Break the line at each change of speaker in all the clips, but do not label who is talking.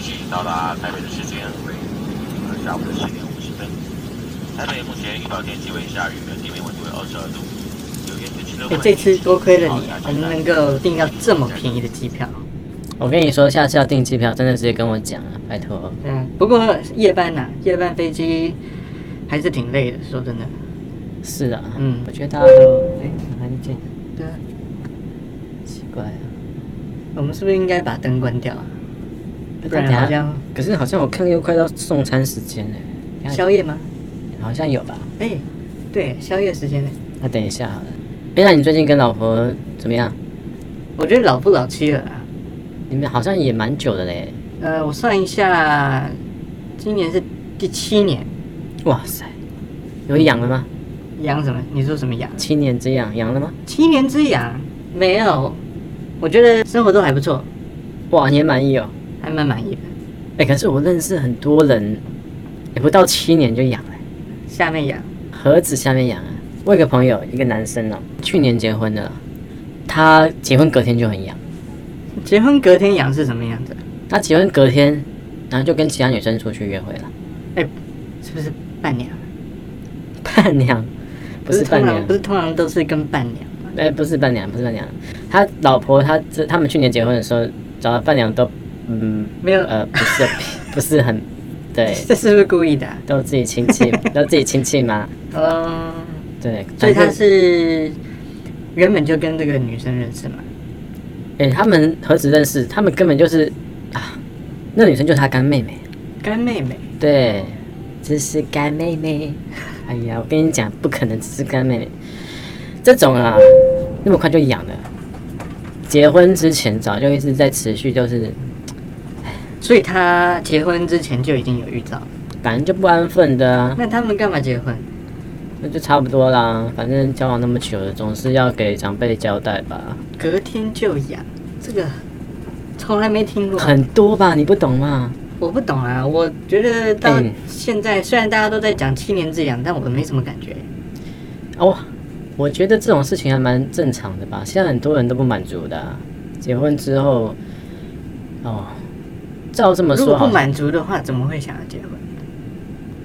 经到达台北的时间为呃下午的七点五十分。台北目前预报天气为下雨，地面温度为二十二度，有沿着汽车
哎
轨。
这次多亏了你
好，
我们能够订到这么便宜的机票。
我跟你说，下次要订机票，真的直接跟我讲啊，拜托。
嗯，不过夜班呐、夜班飞机还是挺累的，说真的。
是啊，
嗯
我觉得大家都哎，很安静，
对啊，
奇怪啊。
我们是不是应该把灯关掉啊？不然
等下
好像
可是好像我看又快到送餐时间了，等下
宵夜吗？
好像有吧？
哎、对，宵夜时间呢？
那等一下好了。哎，那你最近跟老婆怎么样？
我觉得老夫老妻了啦。
你们好像也蛮久的嘞。
呃，我算一下，今年是第七年，
哇塞，有养了吗？
养什么？你说什么养？
七年之痒，养了吗？
七年之痒没有，我觉得生活都还不错，
哇，你也满意哦。
还蛮满意的。
哎，可是我认识很多人，也不到七年就养了，
下面养，
盒子下面养啊。我有个朋友，一个男生哦，去年结婚的了，他结婚隔天就很痒，
结婚隔天养是什么样子？
他结婚隔天，然后就跟其他女生出去约会了，
哎、是不是伴娘？
伴娘，不是伴
通
娘
常，不是通常都是跟伴娘。
哎、不是伴娘，不是伴娘，他老婆，他这他们去年结婚的时候找的伴娘都，嗯，
没有
呃，不是 不是很，对，
这是不是故意的、啊？
都自己亲 戚，都自己亲戚嘛，
嗯，
对，
所以他
反正，
是原本就跟这个女生认识嘛？
哎、他们何止认识，他们根本就是啊，那女生就是他干妹妹，
干妹妹，
对，只是干妹妹， 哎呀，我跟你讲，不可能只是干妹妹，这种啊，那么快就养了，结婚之前早就一直在持续，就是
所以她结婚之前就已经有预兆。
反正就不安分的啊。
那他们干嘛结婚？
那就差不多啦，反正交往那么久了，总是要给长辈交代吧。
隔天就养，这个从来没听过，
很多吧，你不懂吗？
我不懂啊。我觉得到
哎
现在，虽然大家都在讲七年之痒，但我没什么感觉。
哦，我觉得这种事情还蛮正常的吧。现在很多人都不满足的啊、结婚之后，哦，照这么
如
说
果不
好像，
满足的话，怎么会想要结婚？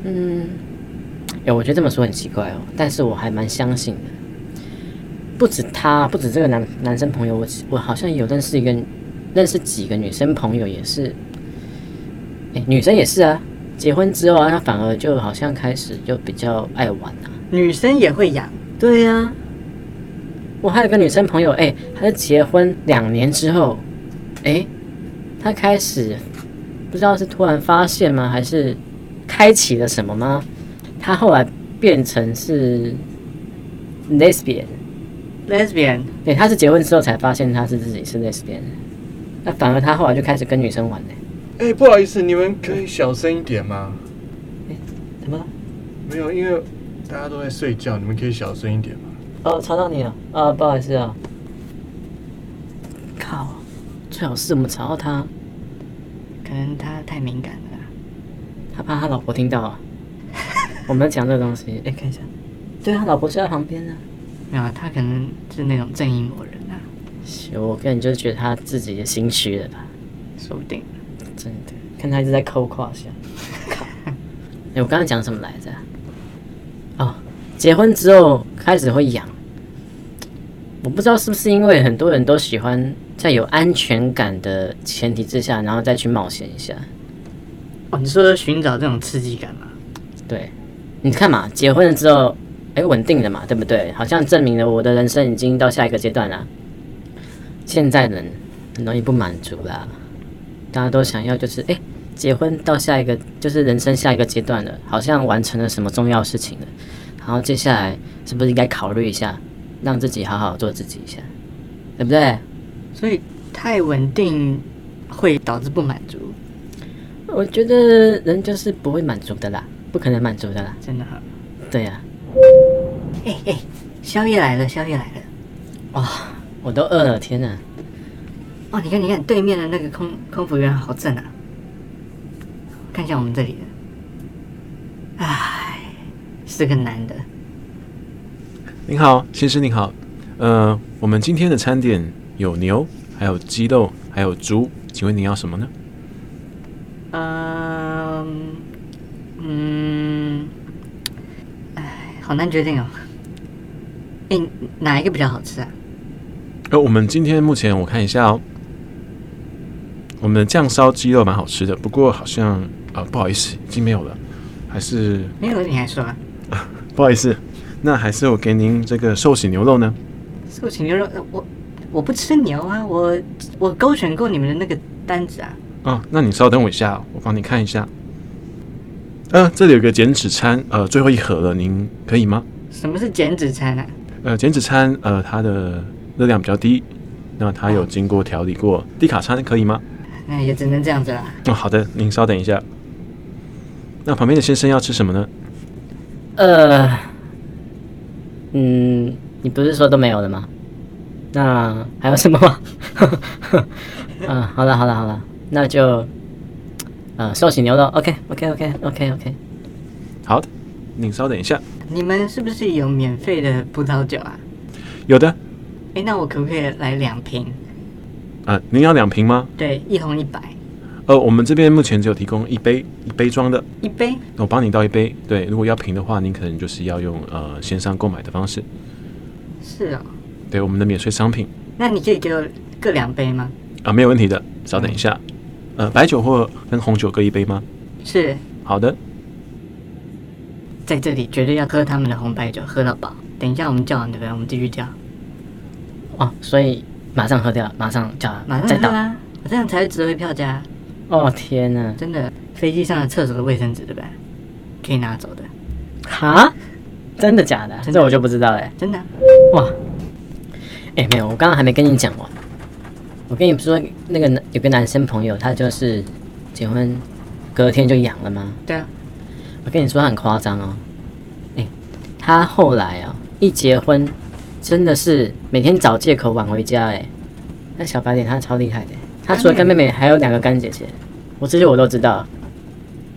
嗯，哎，我觉得这么说很奇怪哦，但是我还蛮相信的。不止他，不止这个男男生朋友，我我好像有认识一个，认识几个女生朋友也是，哎，女生也是啊。结婚之后啊，她反而就好像开始就比较爱玩啊。
女生也会养，
对呀、我还有个女生朋友，哎、她是结婚两年之后，哎、她开始不知道是突然发现吗，还是开启了什么吗？她后来变成是 lesbian，
lesbian
对，她是结婚之后才发现她是自己是 lesbian，那反而她后来就开始跟女生玩嘞、
哎、不好意思，你们可以小声一点吗？
怎么了？
没有，因为大家都在睡觉，你们可以小声一点吗？
哦，吵到你了，啊、不好意思啊。靠，最好是我们吵到她，
可能她太敏感了啊。
他怕他老婆听到啊。我们讲这个东西，哎、看一下，对他老婆睡在旁边呢、
没有啊，他可能是那种正义魔人啊，
是我个人就觉得他自己也心虚了吧，
说不定。
真的。看他一直在抠胯下，哎、我刚刚讲什么来着啊？哦，结婚之后开始会痒，我不知道是不是因为很多人都喜欢在有安全感的前提之下，然后再去冒险一下。
哦，你说寻找这种刺激感吗？
对，你看嘛，结婚了之后，哎，稳定了嘛，对不对？好像证明了我的人生已经到下一个阶段了。现在人很容易不满足啦，大家都想要就是，哎，结婚到下一个就是人生下一个阶段了，好像完成了什么重要事情了，然后接下来是不是应该考虑一下，让自己好好做自己一下，对不对？
所以太稳定会导致不满足，
我觉得人就是不会满足的啦，不可能满足的啦，
真的哈。
对呀、
哎哎，宵夜来了，宵夜来了。
哇、我都饿了，天啊哪！
哦，你看你看对面的那个空空服员好正啊！看一下我们这里的，唉，是个男的，
您好，先生您好，呃，我们今天的餐点有牛，还有鸡肉，还有猪，请问您要什么呢？
嗯嗯，哎，好难决定哦。哎，哪一个比较好吃啊？
呃，我们今天目前我看一下哦，我们的酱烧鸡肉蛮好吃的，不过好像啊、呃不好意思，已经没有了，还是
没有你还说啊？
不好意思，那还是我给您这个寿喜牛肉呢。
寿喜牛肉，呃我我不吃牛啊，我我勾选过你们的那个单子啊。
哦，那你稍等我一下哦，我帮你看一下。呃，这里有个减脂餐，呃，最后一盒了，您可以吗？
什么是减脂餐啊？
呃，减脂餐，呃，它的热量比较低，那它有经过调理过。低卡餐可以吗？
那哎也只能这样子啦。
哦，好的，您稍等一下。那旁边的先生要吃什么呢？
呃，嗯，你不是说都没有了吗？那还有什么吗？ 嗯，好了好了好了，那就呃寿喜牛肉，OK OK OK OK OK。
好的，您稍等一下。
你们是不是有免费的葡萄酒啊？
有的，
哎，那我可不可以来两瓶？
呃，您要两瓶吗？
对，一红一白，
呃，我们这边目前只有提供一杯一杯装的，
一杯。
我帮你倒一杯。对，如果要瓶的话，您可能就是要用呃线上购买的方式。
是哦，
对，我们的免税商品
那你可以给我各两杯吗？
啊、没有问题的。稍等一下，呃，白酒或跟红酒各一杯吗？
是，
好的，
在这里绝对要喝他们的红白酒，喝到饱。等一下我们叫完对不对？我们继续叫，
哦，所以马上喝掉，马上叫，
马
再
上喝
倒。
啊！我这样才会值回票价，
哦天呐，
真的。飞机上的厕所的卫生纸对不对？可以拿走的，
哈，真的假的？
真的
这我就不知道嘞。
真的啊、
哇，哎、没有，我刚刚还没跟你讲完。我跟你说，那个男有个男生朋友，他就是结婚隔天就养了吗？
对啊，
我跟你说他很夸张哦，哎、他后来啊、一结婚，真的是每天找借口晚回家哎、那小白脸他超厉害的，他除了干妹妹，还有两个干姐姐，我这些我都知道。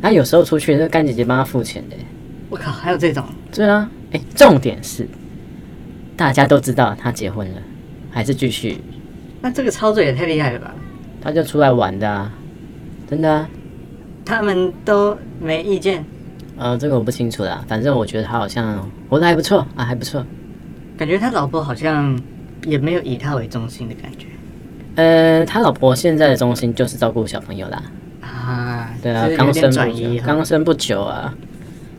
他有时候出去，那个干姐姐帮他付钱的欸。
我靠，还有这种，
对啊，哎、重点是大家都知道他结婚了，还是继续，
那这个操作也太厉害了吧？
他就出来玩的啊，真的啊。
他们都没意见，
呃，这个我不清楚啦，反正我觉得他好像活得还不错啊，还不错。
感觉他老婆好像也没有以他为中心的感觉
呃，他老婆现在的中心就是照顾小朋友啦。
啊。
对啊
就是，有
刚生
点
不
转
久
移，，
刚生不久啊。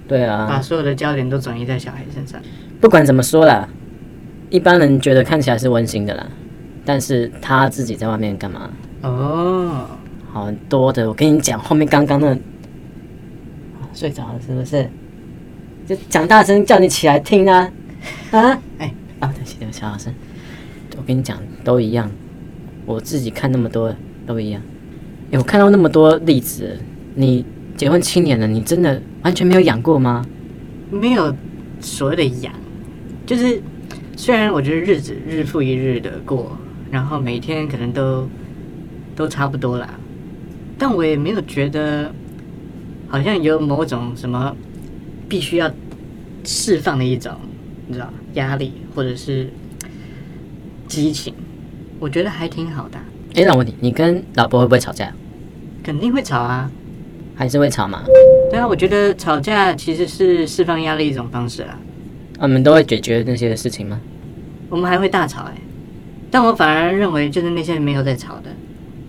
对
把
啊，
所有的焦点都转移在小孩身上。
不管怎么说啦，一般人觉得看起来是温馨的啦，但是他自己在外面干嘛？
哦，
好多的，我跟你讲，后面刚刚那啊睡着了是不是？就讲大声叫你起来听啊啊！
哎
啊，对不起，对不起，小声。我跟你讲，都一样。我自己看那么多都一样。哎，我看到那么多例子了，你结婚七年了，你真的完全没有养过吗？
没有所谓的养，就是 虽然我觉得日子日复一日的过，然后每天可能都 都差不多啦，但我也没有觉得好像有某种什么必须要释放的一种，你知道压力或者是激情，我觉得还挺好的啊，
哎，让我问你，你跟老婆会不会吵架？
肯定会吵啊。
还是会吵吗？
对啊，我觉得吵架其实是释放压力一种方式啊。
啊你们都会解决那些事情吗？
我们还会大吵哎、但我反而认为就是那些没有在吵的，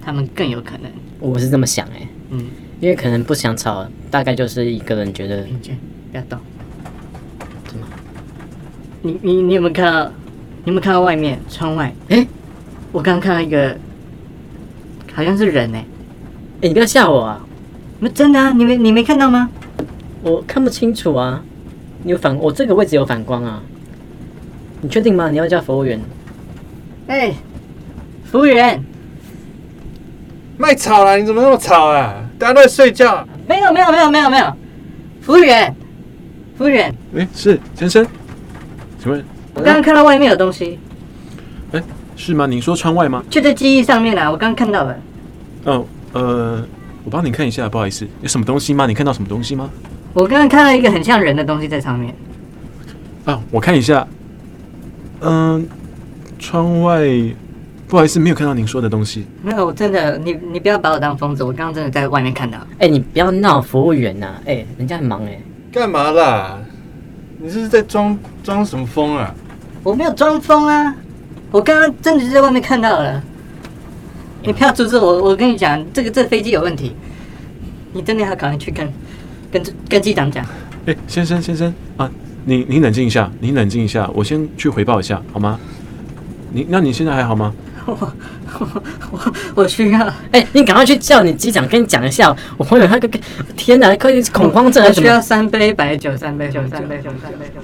他们更有可能，
我是这么想哎、
嗯，
因为可能不想吵，大概就是一个人觉得
平静，不要动。
怎么？
你你你有没有看到？你有没有看到外面窗外？
诶
我刚刚看到一个，好像是人哎、
哎、你不要吓我啊！
没真的啊？你没你没看到吗？
我看不清楚啊。你有反，我这个位置有反光啊。你确定吗？你要叫服务员？
哎、服务员，
卖吵啦！你怎么那么吵啊？大家都在睡觉啊。
没有没有没有没有没有，服务员，服务员，
诶，是先生，请问
我刚刚看到外面有东西，
是吗？您说窗外吗？
就在记忆上面啊啦、我刚刚看到了，
哦，呃，我帮你看一下，不好意思，有什么东西吗？你看到什么东西吗？
我刚刚看到一个很像人的东西在上面。
啊，我看一下，嗯、窗外不好意思，没有看到您说的东西。
没有，我真的，你你不要把我当疯子，我刚刚真的在外面看到。
哎、你不要闹服务员呐、哎、人家很忙哎、
干嘛啦？你这是在装装什么疯啊？
我没有装疯啊，我刚刚真的是在外面看到了。你不要阻止我，我跟你讲，这个这飞机有问题，你真的要赶快去跟跟跟机长讲。
哎，先生先生啊，你你冷静一下，你冷静一下，我先去回报一下好吗？你那你现在还好吗？
我我我我需要，
哎、你赶快去叫你机长跟你讲一下，我朋友他个天哪，快点恐慌症还
我
是什
需
么
要？三杯白酒，三杯酒，三杯酒，三杯酒。